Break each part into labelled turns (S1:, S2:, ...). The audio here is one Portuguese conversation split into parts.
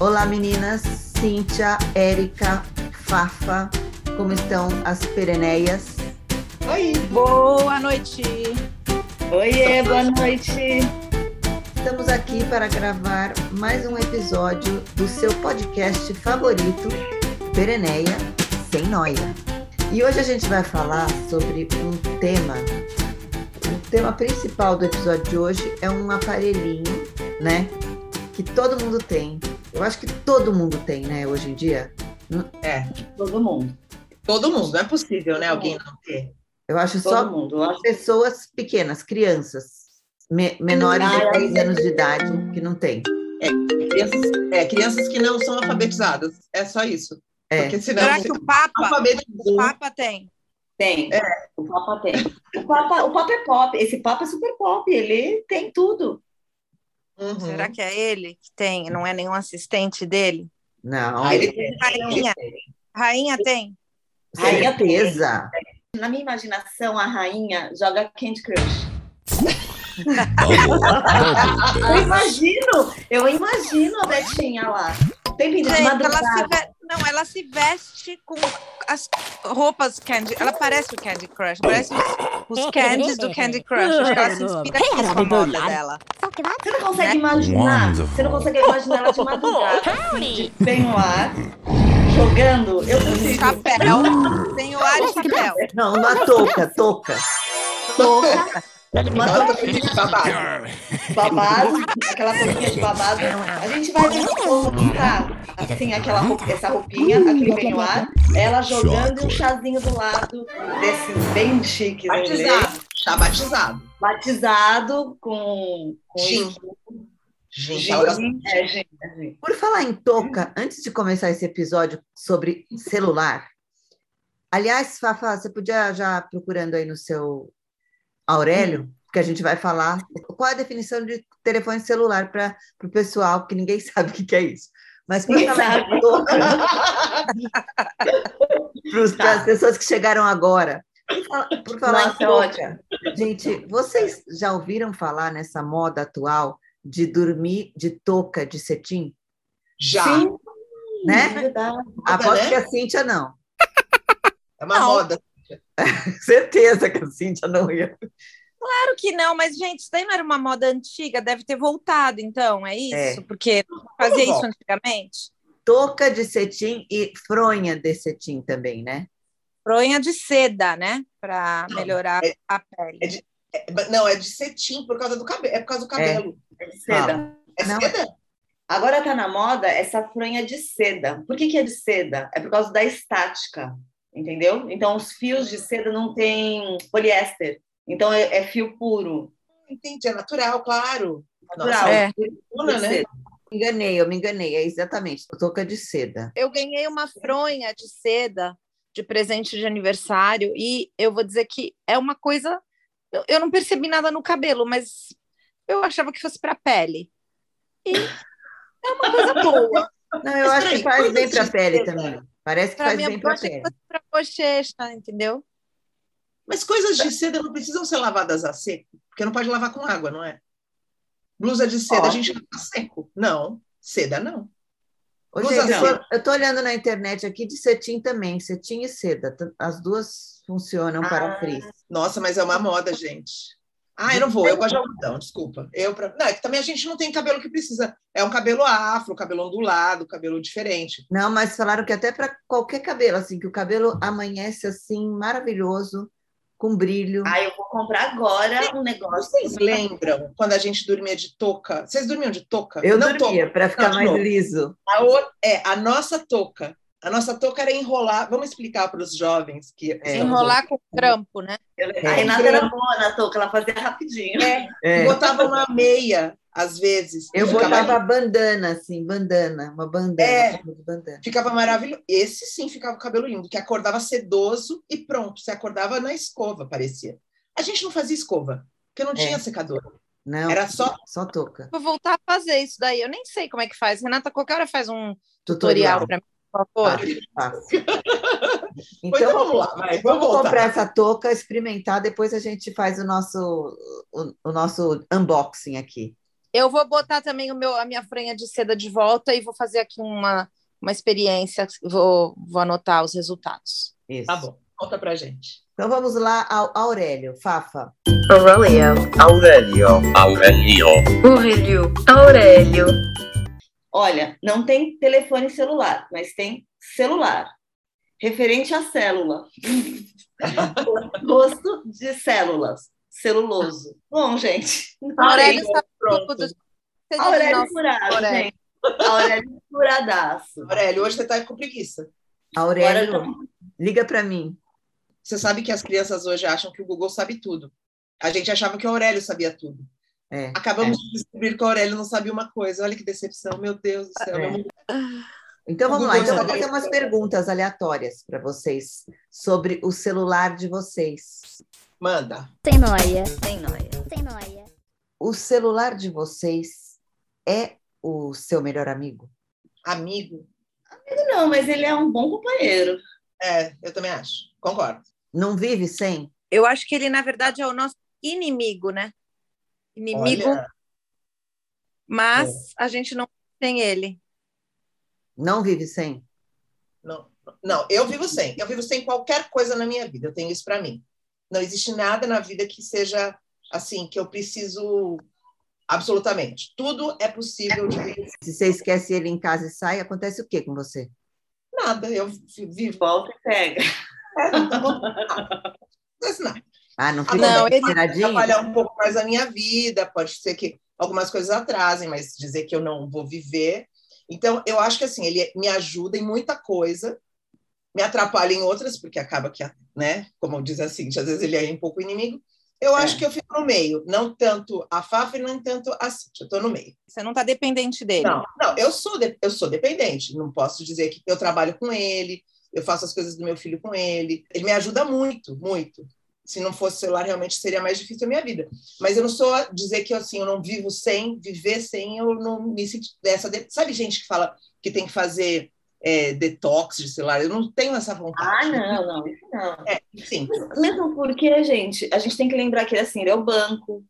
S1: Olá meninas, Cíntia, Érica, Fafa, como estão as Pireneias?
S2: Oi!
S3: Boa noite!
S4: Oiê, boa noite!
S1: Estamos aqui para gravar mais um episódio do seu podcast favorito, Pereneia Sem Noia. E hoje a gente vai falar sobre um tema. O tema principal do episódio de hoje é um aparelhinho, né? Que todo mundo tem. Eu acho que todo mundo tem, né, hoje em dia?
S4: É, todo mundo.
S2: Todo mundo, não é possível, né? Alguém não ter.
S1: Eu acho
S4: Todo
S1: só
S4: mundo. Eu acho
S1: pessoas pequenas, crianças, me- menores de
S4: Ah,
S1: 10 anos de idade, que não tem.
S2: Crianças, é, crianças que não são alfabetizadas. É só isso.
S1: É.
S2: Porque senão
S3: Será que o Papa, o
S2: alfabetizou.
S3: Papa tem?
S4: que tem.
S3: É.
S4: O Papa tem. O Papa, o Papa é pop. Esse Papa é super pop. Ele tem tudo.
S2: Uhum.
S3: Será que é ele que tem? Não é nenhum assistente dele?
S1: Não,
S2: Ah, ele-
S3: Rainha? Rainha tem?
S4: Rainha tem.
S1: certeza.
S4: Na minha imaginação, a rainha joga Candy Crush.
S5: Double, double
S4: Eu
S5: dance.
S4: imagino. Eu imagino a Betinha lá. O tempo inteiro de
S3: Gente, ela
S4: madrugada.
S3: se ve- Não, ela se veste com as roupas Candy. Ela parece o Candy Crush, parece os, os candies do Candy Crush. Acho que ela se inspira nisso com a moda dela.
S4: Você não
S3: né?
S4: consegue imaginar.
S5: Wonderful.
S4: Você não consegue imaginar ela de madrugada. assim, de bem no ar. Jogando. Eu consigo.
S3: Chapéu, tem o ar de chapéu.
S1: Não, uma touca, touca.
S4: Louca. Uma
S2: Olha
S4: toca
S2: que gente babada.
S4: babado, aquela roupinha de babado. A gente vai ver tá? assim, aquela roupa, essa roupinha, aquele peignoir, ela jogando e um chazinho do lado desses bem chiques, inglês,
S2: Batizado. Chá tá batizado.
S4: batizado com, com
S2: Gin.
S4: gin.
S2: Gente, ela-
S4: É, gin, é gin.
S1: Por falar em touca, antes de começar esse episódio sobre celular, aliás, Fafá, você podia já procurando aí no seu Aurélio, porque a gente vai falar qual é a definição de telefone celular para o pessoal, porque ninguém sabe o que, que é isso. Mas por
S4: Ninguém
S1: falar em touca,
S4: Tá.
S1: para as pessoas que chegaram agora, por falar, por falar em
S4: Nossa, é
S1: touca,
S4: ótimo.
S1: Gente, vocês já ouviram falar nessa moda atual de dormir de touca de cetim?
S2: Já.
S4: Sim, é
S1: Né?
S4: verdade.
S1: Aposto
S2: né?
S1: que a Cíntia não.
S2: É uma
S3: Não.
S2: moda.
S1: Certeza que a Cíntia não ia.
S3: Claro que não, mas, gente, isso daí não era uma moda antiga, deve ter voltado, então, é
S1: É.
S3: isso? Porque fazia isso
S2: volta?
S3: antigamente?
S1: Touca de cetim e fronha de cetim também, né?
S3: Fronha de seda, né? Para
S2: Não,
S3: melhorar
S2: é-
S3: a pele.
S2: é de- É, ba- Não, é de cetim por causa do cabelo. É por causa do cabelo.
S4: É de seda.
S2: É,
S1: Não.
S2: seda?
S4: Agora tá na moda essa fronha de seda. Por que, que é de seda? É por causa da estática, entendeu? Então, os fios de seda não têm poliéster. Então, é, é fio puro,
S2: Entendi. É natural, claro.
S4: natural.
S3: É.
S2: Naturaluna, né?
S4: Seda.
S1: Me enganei, eu me enganei, é exatamente. Touca de seda.
S3: Eu ganhei uma fronha de seda de presente de aniversário e eu vou dizer que é uma coisa. Eu, eu não percebi nada no cabelo, mas eu achava que fosse para pele. E é uma coisa boa.
S1: Não, eu
S2: Mas
S1: acho que
S2: peraí,
S1: faz
S2: coisa
S1: bem
S2: de
S1: para a pele
S2: seda.
S1: também. Parece que
S3: Para
S1: faz
S3: minha
S1: bem para a
S3: bochecha, que
S1: pele.
S3: fosse para bochecha, entendeu?
S2: Mas coisas
S1: É.
S2: de seda não precisam ser lavadas a seco, porque não pode lavar com água, não é? Blusa de seda a gente lava a seco. Não, seda não.
S1: Ô,
S2: Usa
S1: gente, eu
S2: seda.
S1: tô- eu estou olhando na internet aqui de cetim também, cetim e seda. T- As duas funcionam para
S4: Ah.
S1: frizz.
S2: Nossa, mas é uma moda, gente. Ah, eu não vou, eu gosto de algodão, desculpa. Eu pra... Não, é que também a gente não tem cabelo que precisa. É um cabelo afro, cabelo ondulado, cabelo diferente.
S1: Não, mas falaram que até para qualquer cabelo, assim, que o cabelo amanhece assim, maravilhoso, com brilho.
S4: Ah, eu vou comprar agora um negócio.
S2: Vocês lembram quando a gente dormia de touca? Vocês dormiam de touca?
S1: eu
S2: não
S1: dormia para ficar
S2: Não,
S1: mais
S2: não.
S1: liso.
S2: A o- é, a nossa touca. A nossa touca era enrolar. Vamos explicar para os jovens que.
S1: É.
S3: Enrolar com trampo, né?
S4: Eu-
S1: É.
S4: A Renata era boa na touca, ela fazia rapidinho.
S1: É.
S2: Botava uma meia, às vezes.
S1: Eu
S2: Ficava
S1: botava bandana, assim, bandana, uma bandana,
S2: É.
S1: chama de bandana.
S2: Ficava maravilhoso. Esse sim ficava com o cabelo lindo, que acordava sedoso e pronto. Você acordava na escova, parecia. A gente não fazia escova, porque não tinha secador.
S1: É. Não,
S2: Era só.
S1: só touca.
S3: Vou voltar a fazer isso daí. Eu nem sei como é que faz. Renata, qualquer hora faz um
S1: Tutorial.
S3: tutorial para mim, por favor.
S1: Fácil.
S2: Então,
S1: Então,
S2: vamos lá, vai, vamos,
S1: vamos
S2: voltar.
S1: comprar essa touca, experimentar, depois a gente faz o nosso, o, o nosso unboxing aqui.
S3: Eu vou botar também o meu, a minha franha de seda de volta e vou fazer aqui uma, uma experiência. Vou, vou anotar os resultados.
S1: Isso.
S2: Tá bom, conta pra gente.
S1: Então vamos lá ao Aurélio. Fafa.
S6: Aurelio,
S7: Aurélio,
S6: Aurelio,
S8: Aurélio, Aurélio,
S4: Olha, não tem telefone celular, mas tem celular. Referente à célula. Composto de células. Celuloso. Bom, gente.
S3: Aurélio sabe
S2: Tá Pronto.
S3: tudo. Você diz,
S4: Aurélio
S3: nossa,
S4: furado,
S3: Aurélio.
S4: gente. Aurélio furadaço.
S2: Aurélio, hoje você tá com preguiça.
S1: Aurélio,
S4: Agora
S1: liga pra mim.
S2: Você sabe que as crianças hoje acham que o Google sabe tudo. A gente achava que o Aurélio sabia tudo.
S1: É.
S2: Acabamos de descobrir que o Aurélio não sabia uma coisa. Olha que decepção, meu Deus do céu.
S1: É.
S2: meu-
S1: Então vamos lá.
S2: Google
S1: Então eu vou
S2: sabe.
S1: fazer umas perguntas aleatórias para vocês sobre o celular de vocês.
S2: Manda.
S9: Sem noia.
S6: sem noia,
S9: Sem noia.
S1: O celular de vocês é o seu melhor amigo?
S2: Amigo.
S4: Não, mas ele é um bom companheiro.
S2: É, eu também acho. Concordo.
S1: Não vive sem?
S3: Eu acho que ele, na verdade, é o nosso inimigo, né? Inimigo,
S2: Olha,
S3: mas a gente não tem ele.
S1: Não vive sem?
S2: não, não, eu vivo sem. Eu vivo sem qualquer coisa na minha vida. Eu tenho isso para mim. Não existe nada na vida que seja assim, que eu preciso absolutamente. Tudo é possível de viver.
S1: Se você esquece ele em casa e sai, acontece o que com você?
S2: Nada, eu vi- vivo.
S4: Volta e pega.
S2: Mas nada.
S1: Ah, não fica
S3: Não, ele-
S1: desesperadinho?
S2: atrapalhar um pouco mais a minha vida, pode ser que algumas coisas atrasem, mas dizer que eu não vou viver. Então, eu acho que assim, ele me ajuda em muita coisa, me atrapalha em outras, porque acaba que, né, como diz assim, às vezes ele é um pouco inimigo. Eu acho que eu fico no meio, não tanto a Fafa e não tanto a Cintia, eu tô no meio.
S3: Você não está dependente dele.
S2: Não, não, eu sou, de- eu sou dependente, não posso dizer que eu trabalho com ele, eu faço as coisas do meu filho com ele. Ele me ajuda muito, muito. Se não fosse celular, realmente seria mais difícil a minha vida. Mas eu não sou a dizer que assim, eu não vivo sem, viver sem, eu não me sinto dessa. de- Sabe, gente que fala que tem que fazer é, detox de celular? Eu não tenho essa
S4: Ah,
S2: vontade. É,
S4: não, não, isso não.
S2: Sim,
S4: Mas Mesmo porque, gente, a gente tem que lembrar que ele, assim, ele é o banco,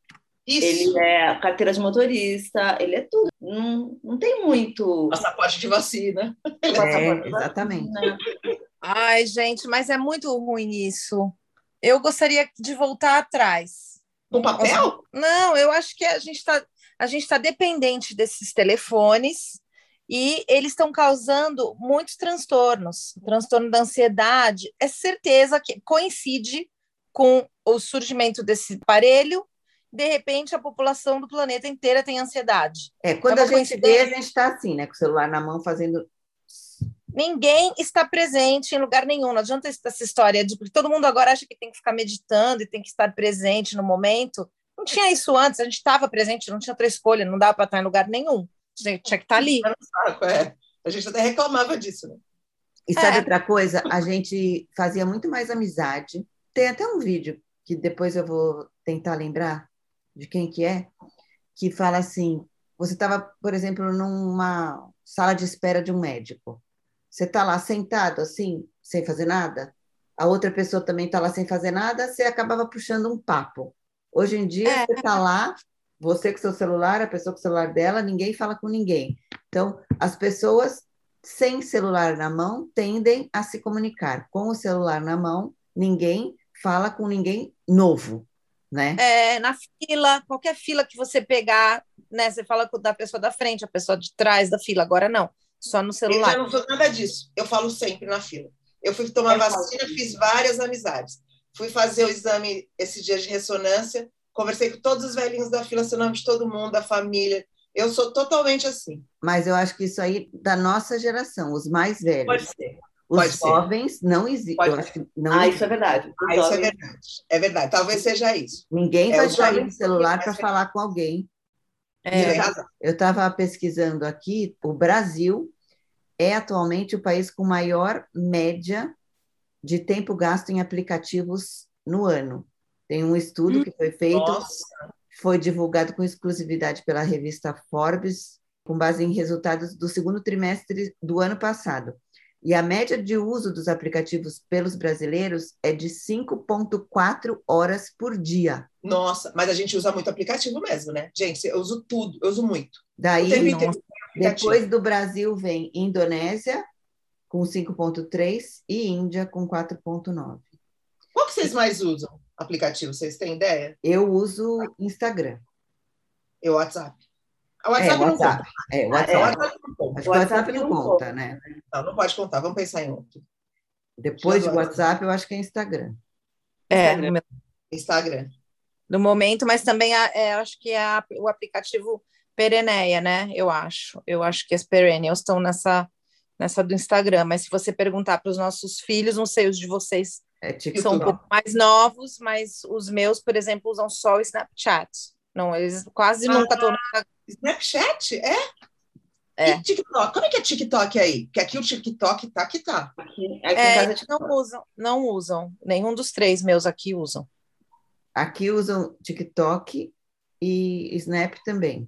S2: isso.
S4: ele é a carteira de motorista, ele é tudo. Não, não tem muito. né?
S2: Passaporte de vacina.
S1: É,
S2: Assim,
S1: exatamente.
S3: né?
S4: Não.
S3: Ai, gente, mas é muito ruim isso. Eu gostaria de voltar atrás.
S2: Com papel?
S3: Não, eu acho que a gente está a gente tá dependente desses telefones e eles estão causando muitos transtornos. O transtorno da ansiedade é certeza que coincide com o surgimento desse aparelho. De repente, a população do planeta inteira tem ansiedade.
S1: É, quando
S3: É
S1: a
S3: uma
S1: gente vê, a
S3: coincidência.
S1: gente está assim, né? Com o celular na mão, fazendo.
S3: Ninguém está presente em lugar nenhum. Não adianta essa essa história de porque todo mundo agora acha que tem que ficar meditando e tem que estar presente no momento. Não tinha isso antes, a gente estava presente, não tinha outra escolha, não dava para estar em lugar nenhum. Tinha, tinha que estar ali.
S2: Saco, é. A gente até reclamava disso, né?
S1: E sabe
S3: É.
S1: outra coisa? A gente fazia muito mais amizade. Tem até um vídeo que depois eu vou tentar lembrar de quem que é, que fala assim: você estava, por exemplo, numa sala de espera de um médico. Você está lá sentado assim, sem fazer nada. A outra pessoa também está lá sem fazer nada. Você acabava puxando um papo. Hoje em dia,
S3: É.
S1: você está lá, você com seu celular, a pessoa com o celular dela, ninguém fala com ninguém. Então, as pessoas sem celular na mão tendem a se comunicar. Com o celular na mão, ninguém fala com ninguém novo, né?
S3: É, na fila, qualquer fila que você pegar, né? Você fala com da pessoa da frente, a pessoa de trás da fila. Agora não, só no
S2: Eu
S3: celular.
S2: já não sou nada disso. Eu falo sempre na fila. Eu fui tomar
S4: Eu falo
S2: vacina, fiz várias amizades. Fui fazer o exame esses dias de ressonância, conversei com todos os velhinhos da fila, seu nome de todo mundo, da família. Eu sou totalmente assim.
S1: Mas eu acho que isso aí da nossa geração, os mais velhos.
S2: Pode ser.
S1: os
S2: pode ser.
S1: jovens não existem.
S2: Pode
S1: Eu acho que não
S4: Ah, isso é verdade.
S2: Ah, isso é verdade. É verdade. Talvez seja isso.
S1: ninguém
S2: É,
S1: vai
S2: os
S1: sair do
S2: jovens-
S1: celular
S2: mas
S1: para
S2: é-
S1: falar com alguém.
S2: Você
S3: É.
S2: tem razão.
S1: Eu estava pesquisando aqui, o Brasil é atualmente o país com maior média de tempo gasto em aplicativos no ano. Tem um estudo que foi feito
S2: Hum, Nossa,
S1: foi divulgado com exclusividade pela revista Forbes, com base em resultados do segundo trimestre do ano passado. E a média de uso dos aplicativos pelos brasileiros é de 5,4 horas por dia.
S2: Nossa, mas a gente usa muito aplicativo mesmo, né? Gente, eu uso tudo, eu uso muito.
S1: Daí,
S2: O tempo inteiro
S1: nossa,
S2: aplicativo.
S1: depois do Brasil, vem Indonésia com 5,3 e Índia com 4,9.
S2: Qual que vocês mais usam aplicativo? Vocês têm ideia?
S1: Eu uso Instagram.
S2: Eu WhatsApp. O WhatsApp
S1: é,
S2: não conta.
S1: WhatsApp. É,
S2: É, o
S1: WhatsApp.
S2: WhatsApp não conta.
S1: Acho que o WhatsApp não conta, né?
S2: Não, não pode contar, vamos pensar em outro.
S1: Depois de
S2: Agora.
S1: WhatsApp, eu acho que é Instagram.
S3: É,
S2: Instagram.
S3: no meu-
S2: Instagram.
S3: no momento, mas também a- é, acho que a- o aplicativo pereneia, né? Eu acho. Eu acho que as perennials estão nessa, nessa do Instagram. Mas se você perguntar para os nossos filhos, não sei os de vocês
S1: É
S3: que
S1: TikTok.
S3: são um pouco mais novos, mas os meus, por exemplo, usam só o Snapchat. Não, eles quase nunca estão no Instagram.
S2: Snapchat? É?
S3: É.
S2: E TikTok? Como é que é TikTok aí? Porque aqui o TikTok tá que tá.
S4: Aqui, aqui em
S3: É,
S4: casa,
S3: eles não usam, não usam. Nenhum dos três meus aqui usam.
S1: Aqui usam TikTok e Snap também.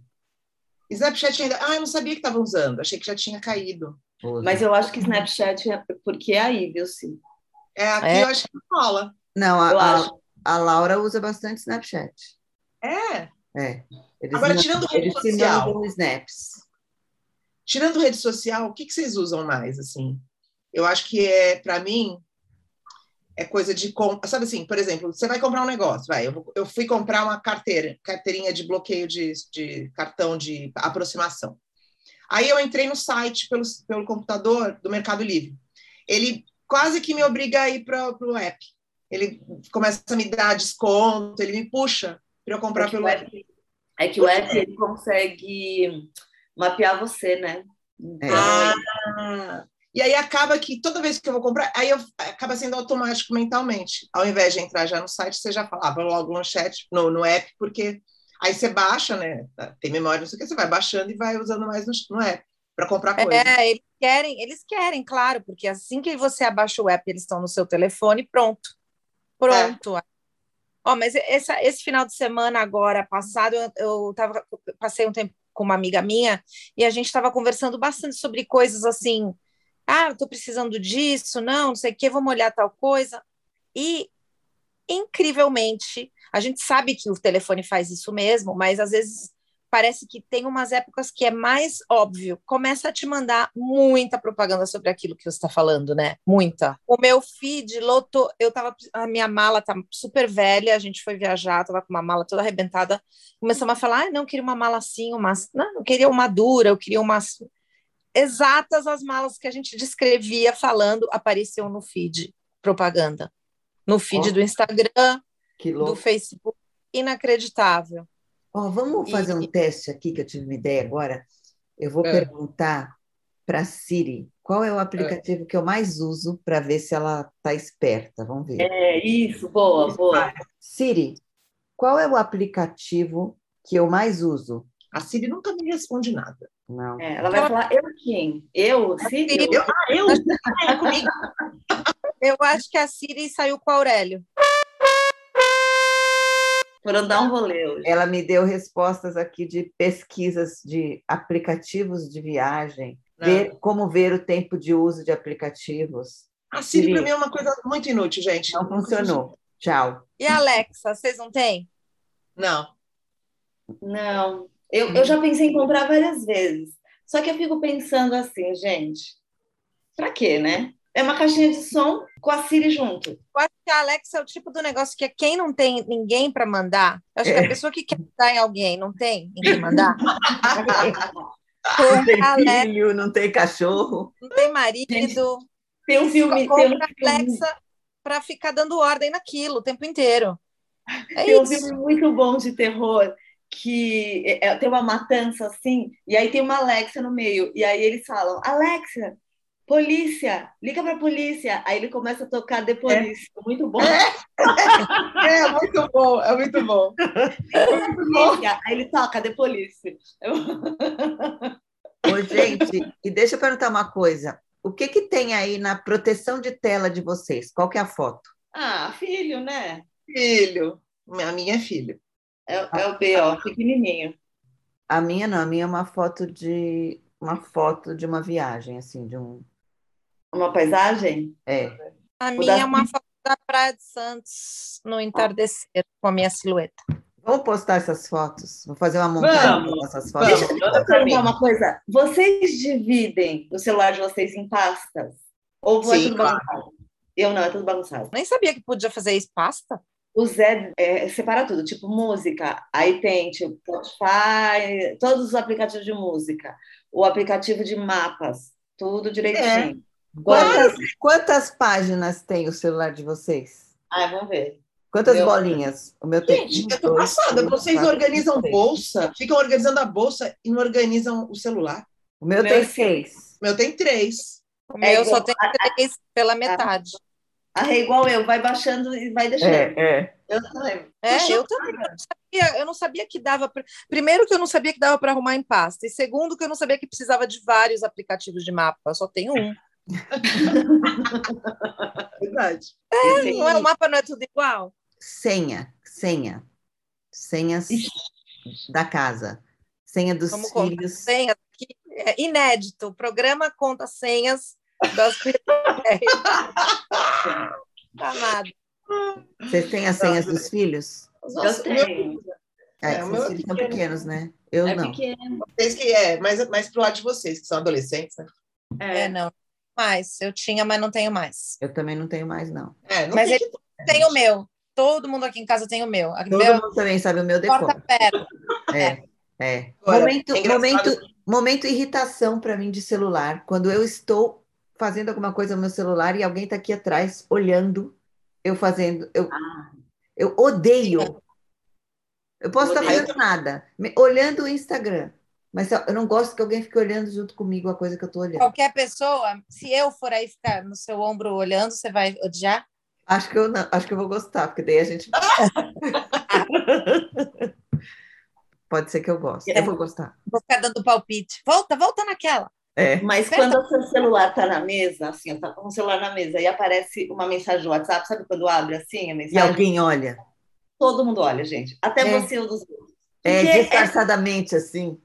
S2: Snapchat ainda. Ah, eu não sabia que estavam usando. Achei que já tinha caído.
S1: Usam.
S4: mas eu acho que Snapchat é porque é aí, viu, Sim?
S2: É, aqui
S3: É.
S2: eu acho que rola.
S1: Não,
S4: Eu
S1: a,
S4: acho.
S1: a, a Laura usa bastante Snapchat.
S2: É.
S1: É. Eles
S2: Agora,
S1: mandam-
S2: tirando rede
S1: eles se
S2: social.
S1: mandam snaps.
S2: Tirando rede social, o que, que vocês usam mais, assim? Eu acho que é, para mim, é coisa de... Com... Sabe assim, por exemplo, você vai comprar um negócio, vai, eu, vou- eu fui comprar uma carteira, carteirinha de bloqueio de, de cartão de aproximação. Aí eu entrei no site pelo, pelo computador do Mercado Livre. Ele quase que me obriga a ir para o app. Ele começa a me dar desconto, ele me puxa para eu comprar
S4: É que
S2: pelo
S4: o
S2: app.
S4: app- É que o app ele consegue mapear você, né? Então,
S2: É. Ah, E aí acaba que toda vez que eu vou comprar, aí eu- acaba sendo automático mentalmente. Ao invés de entrar já no site, você já fala, ah, vou logo no chat, no, no app, porque aí você baixa, né? Tem memória, não sei o que, você vai baixando e vai usando mais no, no app para comprar coisa.
S3: É, eles querem, eles querem, claro, porque assim que você abaixa o app, eles estão no seu telefone, pronto. Pronto.
S2: É.
S3: Ó, mas essa- esse final de semana agora passado, eu, eu tava, eu passei um tempo com uma amiga minha e a gente estava conversando bastante sobre coisas assim. Ah, eu tô precisando disso, não, não sei o quê, vamos olhar tal coisa. E, incrivelmente, a gente sabe que o telefone faz isso mesmo, mas às vezes parece que tem umas épocas que é mais óbvio. Começa a te mandar muita propaganda sobre aquilo que você está falando, né? Muita. O meu feed lotou. Eu tava. A minha mala tá super velha, a gente foi viajar, tava com uma mala toda arrebentada. Começamos a falar: ah, não, eu queria uma mala assim, uma. assim." Não, eu queria uma dura, eu queria uma. assim." Exatas as malas que a gente descrevia falando apareciam no feed propaganda. No feed
S1: Ó.
S3: do Instagram,
S1: Que
S3: do
S1: louco.
S3: Facebook. Inacreditável.
S1: Ó, vamos
S3: E-
S1: fazer um teste aqui que eu tive uma ideia agora. Eu vou
S3: É.
S1: perguntar para Siri qual é o aplicativo que eu mais uso para ver se ela tá esperta. Vamos ver.
S4: é isso, boa, boa.
S1: Siri, qual é o aplicativo que eu mais uso?
S2: A Siri nunca me responde nada.
S1: Não.
S4: É, ela vai falar, eu quem? Eu, sim,
S3: Sim.
S4: eu.
S2: Ah, eu? É comigo.
S3: Eu acho que a Siri saiu com o Aurélio.
S4: Foram dar um rolê hoje.
S1: Ela me deu respostas aqui de pesquisas de aplicativos de viagem,
S2: Não.
S1: ver como ver o tempo de uso de aplicativos.
S2: A Siri para
S1: Siri.
S2: mim é uma coisa muito inútil, gente.
S1: Não funcionou. Tchau.
S3: E a Alexa, vocês não têm?
S2: Não.
S4: Não, eu, eu já pensei em comprar várias vezes. Só que eu fico pensando assim, gente, pra quê, né? É uma caixinha de som com a Siri junto.
S3: Eu acho que a Alexa é o tipo do negócio que é quem não tem ninguém para mandar. Eu acho que a pessoa que quer mandar em alguém não tem em quem mandar.
S1: Não tem
S3: Compra a Alexa,
S1: filho, não tem cachorro.
S3: não tem marido.
S4: Tem um filme, tem um
S3: Compra a
S4: filme,
S3: Alexa para ficar dando ordem naquilo o tempo inteiro. É
S4: tem um
S3: isso.
S4: filme muito bom de terror que é- é- tem uma matança assim, e aí tem uma Alexa no meio. E aí eles falam, Alexa, polícia, liga pra polícia. Aí ele começa a tocar The Police. Muito bom.
S2: É muito bom, é muito bom.
S4: Polícia. Aí ele toca The Police.
S1: Ô, gente, e deixa eu perguntar uma coisa. O que, que tem aí na proteção de tela de vocês? Qual que é a foto?
S4: Ah, filho, né?
S2: Filho. A minha é filho.
S4: É, é o B, ó, pequenininho.
S1: A minha não, a minha é uma foto de uma foto de uma viagem, assim, de um
S4: Uma paisagem?
S1: É.
S3: A
S4: O
S3: minha
S4: da-
S3: é uma foto da Praia de Santos no entardecer com a minha silhueta.
S1: Vamos postar essas fotos. Vou fazer uma montagem
S2: Vamos,
S1: com essas fotos.
S2: Vamos, manda pra mim.
S4: perguntar uma coisa. Vocês dividem o celular de vocês em pastas? Ou é
S2: Sim,
S4: tudo bagunçado? Eu não, é tudo bagunçado.
S3: Nem sabia que podia fazer isso pasta.
S4: O Zé é, separa tudo, tipo música. Aí tem, tipo, Spotify, todos os aplicativos de música. O aplicativo de mapas, tudo direitinho. Quantas...
S1: Quantas, quantas páginas tem o celular de vocês?
S4: Ai, Ah, vamos ver.
S1: Quantas
S4: Meu-
S1: bolinhas? O meu tem.
S2: Gente,
S1: um,
S2: eu tô
S1: dois,
S2: passada.
S1: três,
S2: Vocês
S1: quatro,
S2: organizam
S1: cinco, seis.
S2: bolsa, ficam organizando a bolsa e não organizam o celular.
S1: O meu
S4: Meu
S2: né?
S1: tem
S4: sim.
S1: seis.
S2: O meu tem três.
S3: O meu só
S4: É igual-
S3: tem três pela metade.
S4: Ah, é igual eu, vai baixando e vai deixando.
S1: É, é.
S4: Eu também.
S3: É,
S4: Puxa,
S3: eu também eu não sabia, eu não sabia que dava. pra- Primeiro, que eu não sabia que dava para arrumar em pasta. E segundo, que eu não sabia que precisava de vários aplicativos de mapa. Eu só tenho um.
S2: Verdade.
S4: eu tenho-
S3: Não é, o mapa não é tudo igual?
S1: Senha, senha. Senhas da casa. Senha dos
S3: Vamos contar
S1: filhos.
S3: Senhas aqui. É inédito. O programa conta senhas das Tá pessoas. Amado.
S1: Vocês têm as senhas dos filhos?
S4: Eu tenho.
S1: É,
S2: É, o meu
S1: seus
S2: é
S1: filhos são
S2: pequeno.
S1: pequenos, né? Eu
S6: É
S1: não.
S6: pequeno.
S2: Vocês que é, mas mais pro lado de vocês, que são adolescentes, né?
S3: É, não. Mais. Eu tinha, mas não tenho mais.
S1: Eu também não tenho mais, não.
S2: É, não
S3: Mas
S2: tem
S3: é-
S2: que-
S3: Tenho o meu. Todo mundo aqui em casa tem o meu. O
S1: Todo
S3: meu
S1: mundo também sabe o meu decor.
S3: porta perto.
S1: É, é.
S2: Agora,
S1: momento,
S2: é engraçado-
S1: momento, momento irritação para mim de celular. Quando eu estou fazendo alguma coisa no meu celular e alguém está aqui atrás olhando eu fazendo. Eu, eu odeio. Eu posso estar
S4: Odeio.
S1: fazendo nada, me- olhando o Instagram. Mas eu eu não gosto que alguém fique olhando junto comigo a coisa que eu estou olhando.
S3: Qualquer pessoa, se eu for aí ficar no seu ombro olhando, você vai odiar?
S1: Acho que eu não- acho que eu vou gostar, porque daí a gente. Pode ser que eu goste. Eu vou gostar.
S3: Vou ficar dando palpite. Volta, volta naquela.
S1: É.
S4: Mas quando o seu celular tá na mesa, assim, tá com o celular na mesa e aparece uma mensagem do WhatsApp, sabe quando abre assim
S1: E
S4: a mensagem?
S1: alguém olha.
S4: Todo mundo olha, gente. Até
S1: É.
S4: você, um dos outros.
S1: É,
S4: Porque
S1: disfarçadamente, assim.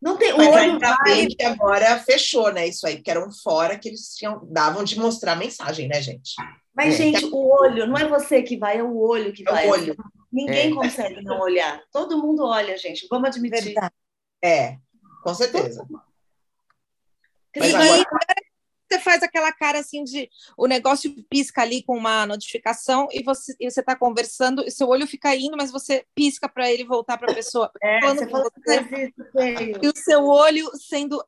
S4: não tem o
S2: Mas é.
S4: olho
S2: ainda bem que agora fechou, né? Isso aí, porque era um fora que eles tinham, davam de mostrar a mensagem, né, gente?
S4: Mas,
S1: É.
S4: gente, o olho, não é você que vai, é o olho que
S2: É o
S4: vai.
S2: olho.
S4: assim. Ninguém consegue não olhar. Todo mundo olha, gente. Vamos admitir.
S3: Verdade.
S2: É, com certeza.
S4: Que
S2: Mas
S3: e
S4: vai-
S3: aí, você faz aquela cara assim de. O negócio pisca ali com uma notificação e você, e você tá conversando, e seu olho fica indo, mas você pisca para ele voltar para a pessoa.
S4: é,
S3: falando
S4: você
S3: com
S4: fala
S3: você.
S4: que fez isso, feio.
S3: E o seu olho sendo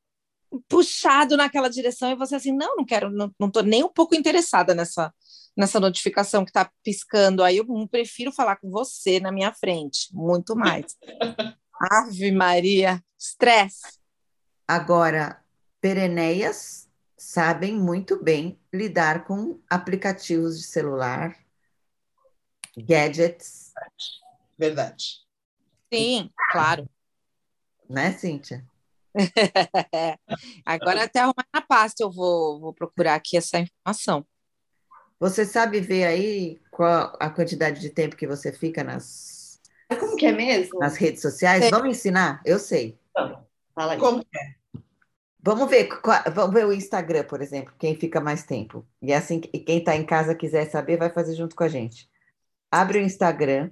S3: puxado naquela direção, e você assim, não, não quero, não, não tô nem um pouco interessada nessa, nessa notificação que tá piscando. Aí eu hum, prefiro falar com você na minha frente, muito mais. Ave Maria, estresse.
S1: Agora, pereneias sabem muito bem lidar com aplicativos de celular, gadgets,
S2: Verdade.
S3: Sim, claro.
S1: né, Cíntia?
S3: É. Agora até arrumar na pasta eu vou, vou procurar aqui essa informação.
S1: Você sabe ver aí qual a quantidade de tempo que você fica nas,
S4: Como que é mesmo?
S1: nas redes sociais?
S3: Sei.
S1: Vamos ensinar? Eu sei.
S4: Fala aí.
S2: Como
S1: Vamos ver, qua- vamos ver o Instagram, por exemplo, quem fica mais tempo. E assim, e quem está em casa quiser saber, vai fazer junto com a gente. Abre o Instagram,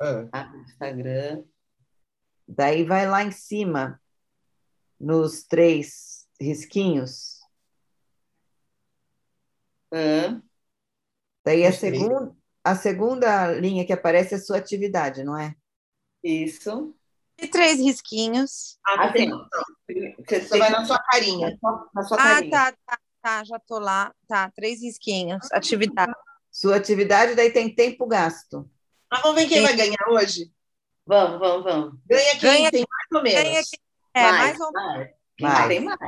S2: Ah,
S4: Abre o Instagram.
S1: Daí vai lá em cima, nos três risquinhos.
S4: Hã?
S1: Daí a
S2: Nos três.
S1: segunda, a segunda linha que aparece é a sua atividade, não é?
S4: Isso.
S3: E três risquinhos.
S4: Assim, você
S2: Você vai na sua carinha.
S4: na sua
S3: Ah,
S4: carinha.
S3: tá, tá, tá, já tô lá. Tá, três risquinhos. Atividade.
S1: Sua atividade, daí tem tempo gasto.
S2: Ah, vamos ver quem
S3: Sim.
S2: vai ganhar hoje?
S4: Vamos, vamos, vamos.
S2: Ganha quem
S3: Ganha-
S2: tem mais ou menos.
S3: Ganha quem é,
S4: Vai,
S3: mais ou menos.
S4: vai.
S1: Vai.
S4: Tem mais.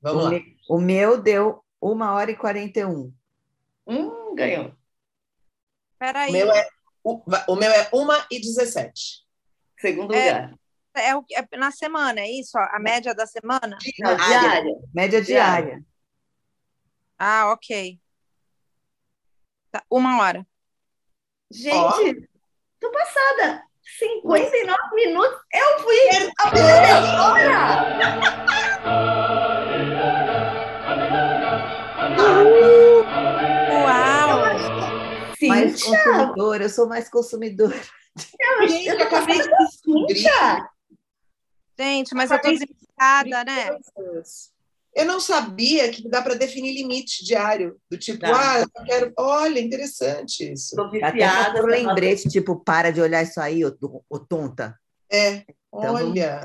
S2: Vamos
S1: o,
S2: lá.
S1: me- o meu deu 1 hora e 41.
S4: Hum, ganhou.
S3: Peraí.
S2: O meu é, o, va- o meu é 1 e 17.
S4: Segundo
S3: É.
S4: lugar.
S3: É, o- é na semana, é isso? A média da semana?
S4: Não, diária.
S1: Média
S4: Diária.
S1: diária.
S3: Ah, ok. Tá, uma hora.
S4: Gente, tô passada. 59 minutos. Eu fui a primeira hora.
S1: consumidora, eu sou mais consumidora.
S2: Gente, eu acabei de descobrir.
S4: Puxa,
S3: Gente, mas eu tô desempregada, né?
S2: coisas. Eu não sabia que dá para definir limite diário, do tipo, ah,
S4: Dá.
S2: eu quero. Olha, interessante isso.
S4: tô
S1: Até
S4: viciada.
S1: faço um lembrete, tipo, para de olhar isso aí, ô, ô tonta.
S2: É,
S1: Então,
S2: olha,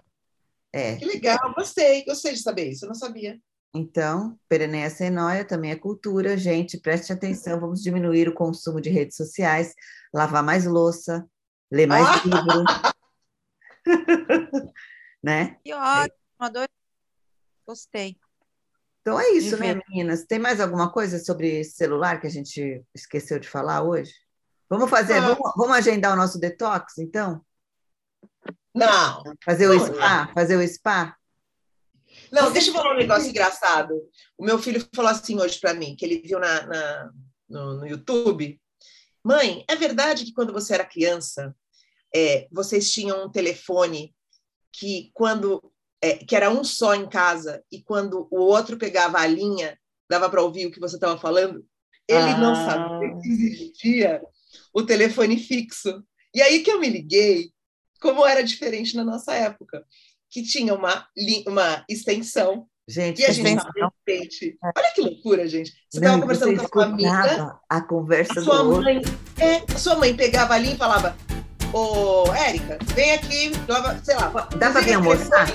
S1: É.
S2: que legal, gostei, gostei de saber isso, eu não sabia.
S1: Então, Pereneia sem noia também é cultura, gente. Preste atenção, vamos diminuir o consumo de redes sociais, lavar mais louça, ler mais livro.
S2: Ah!
S1: né?
S3: Que ótimo, adorei. Gostei.
S1: Então é isso, né,
S3: Enfim.
S1: meninas? Tem mais alguma coisa sobre celular que a gente esqueceu de falar hoje? Vamos fazer,
S2: Não.
S1: vamos, vamos agendar o nosso detox, então?
S2: Não,
S1: Fazer o
S2: Não,
S1: spa? Fazer o spa?
S2: não, deixa eu falar um negócio engraçado. O meu filho falou assim hoje para mim, que ele viu na, na- no, no YouTube. Mãe, é verdade que quando você era criança, é, vocês tinham um telefone que quando é, que era um só em casa e quando o outro pegava a linha, dava para ouvir o que você estava falando? Ele não
S4: Ah.
S2: sabia que existia o telefone fixo. E aí que eu me liguei como era diferente na nossa época, que tinha uma, li- uma extensão
S1: Gente,
S2: e a
S1: que
S2: gente estava presente. Olha que loucura, gente. Você estava
S1: Não,
S2: conversando
S1: você
S2: com a sua amiga,
S1: escutava a
S2: a
S1: conversa do
S2: sua
S1: outro.
S2: mãe, é, a sua mãe pegava ali e falava: Ô, Érica, vem aqui, nova, sei lá,
S1: Dá para vir
S2: Desliga o
S1: almoçar?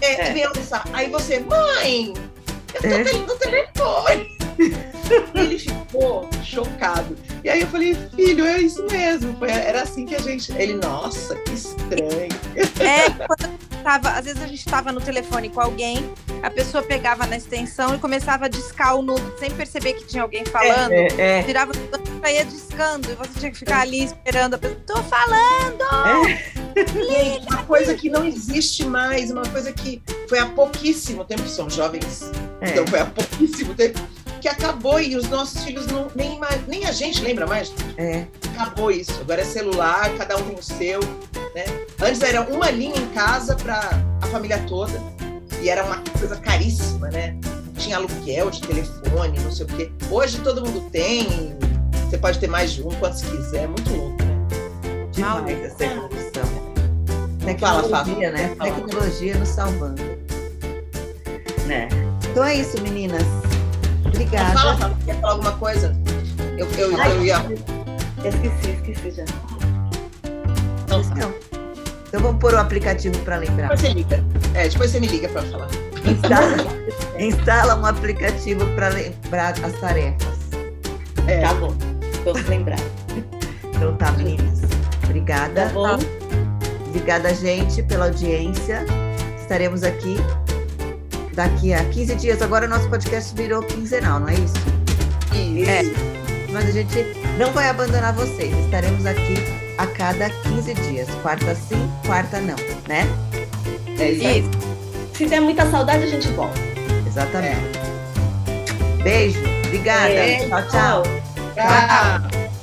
S2: é,
S4: É.
S2: vem almoçar. Aí você, mãe, eu tô
S1: É.
S2: pegando o telefone. Ele ficou chocado. E aí eu falei, filho, é isso mesmo. Foi- era assim que a gente. Ele, nossa, que estranho.
S3: É, quando a gente tava, às vezes a gente estava no telefone com alguém, a pessoa pegava na extensão e começava a discar o número, sem perceber que tinha alguém falando.
S1: É, é.
S3: Virava e saía discando, e você tinha que ficar ali esperando a pessoa. Então, Tô falando!
S2: Gente, uma coisa que não existe mais, uma coisa que foi há pouquíssimo tempo, são jovens,
S1: é.
S2: então foi há pouquíssimo tempo, que acabou e os nossos filhos não, nem, ima- nem a gente lembra mais.
S1: É.
S2: Acabou isso. Agora é celular, cada um tem o seu. Né? Antes era uma linha em casa para a família toda. E era uma coisa caríssima, né? Tinha aluguel de telefone, não sei o quê. Hoje todo mundo tem. Você pode ter mais de um, quantos quiser. É muito louco, né?
S1: Demais essa evolução.
S2: Fala, Fábio.
S1: Tecnologia, né?
S2: Fala.
S1: Tecnologia nos salvando.
S4: Né?
S1: Então é isso, meninas.
S2: Fala,
S1: Obrigada.
S2: Fábio, quer falar alguma coisa? Eu, eu, eu,
S4: Ai,
S2: ia.
S4: Esqueci, esqueci já.
S2: Não, tá.
S1: Então, então vamos pôr o aplicativo para lembrar.
S2: Depois você liga. É, depois você me liga para falar.
S1: Instala, instala um aplicativo para lembrar as tarefas.
S2: É.
S4: Tá bom. Vou lembrar.
S1: Então tá, meninas.
S4: Tá
S1: Obrigada.
S4: bom?
S1: Obrigada, gente, pela audiência. Estaremos aqui daqui a 15 dias. Agora o nosso podcast virou quinzenal, não é isso?
S2: Isso.
S1: É. Mas a gente não vai abandonar vocês. Estaremos aqui a cada 15 dias. Quarta sim, quarta não, né?
S4: É isso aí. Se der muita saudade, a gente volta.
S1: Exatamente. Beijo. Obrigada.
S4: É.
S1: Tchau, tchau.
S2: Tá.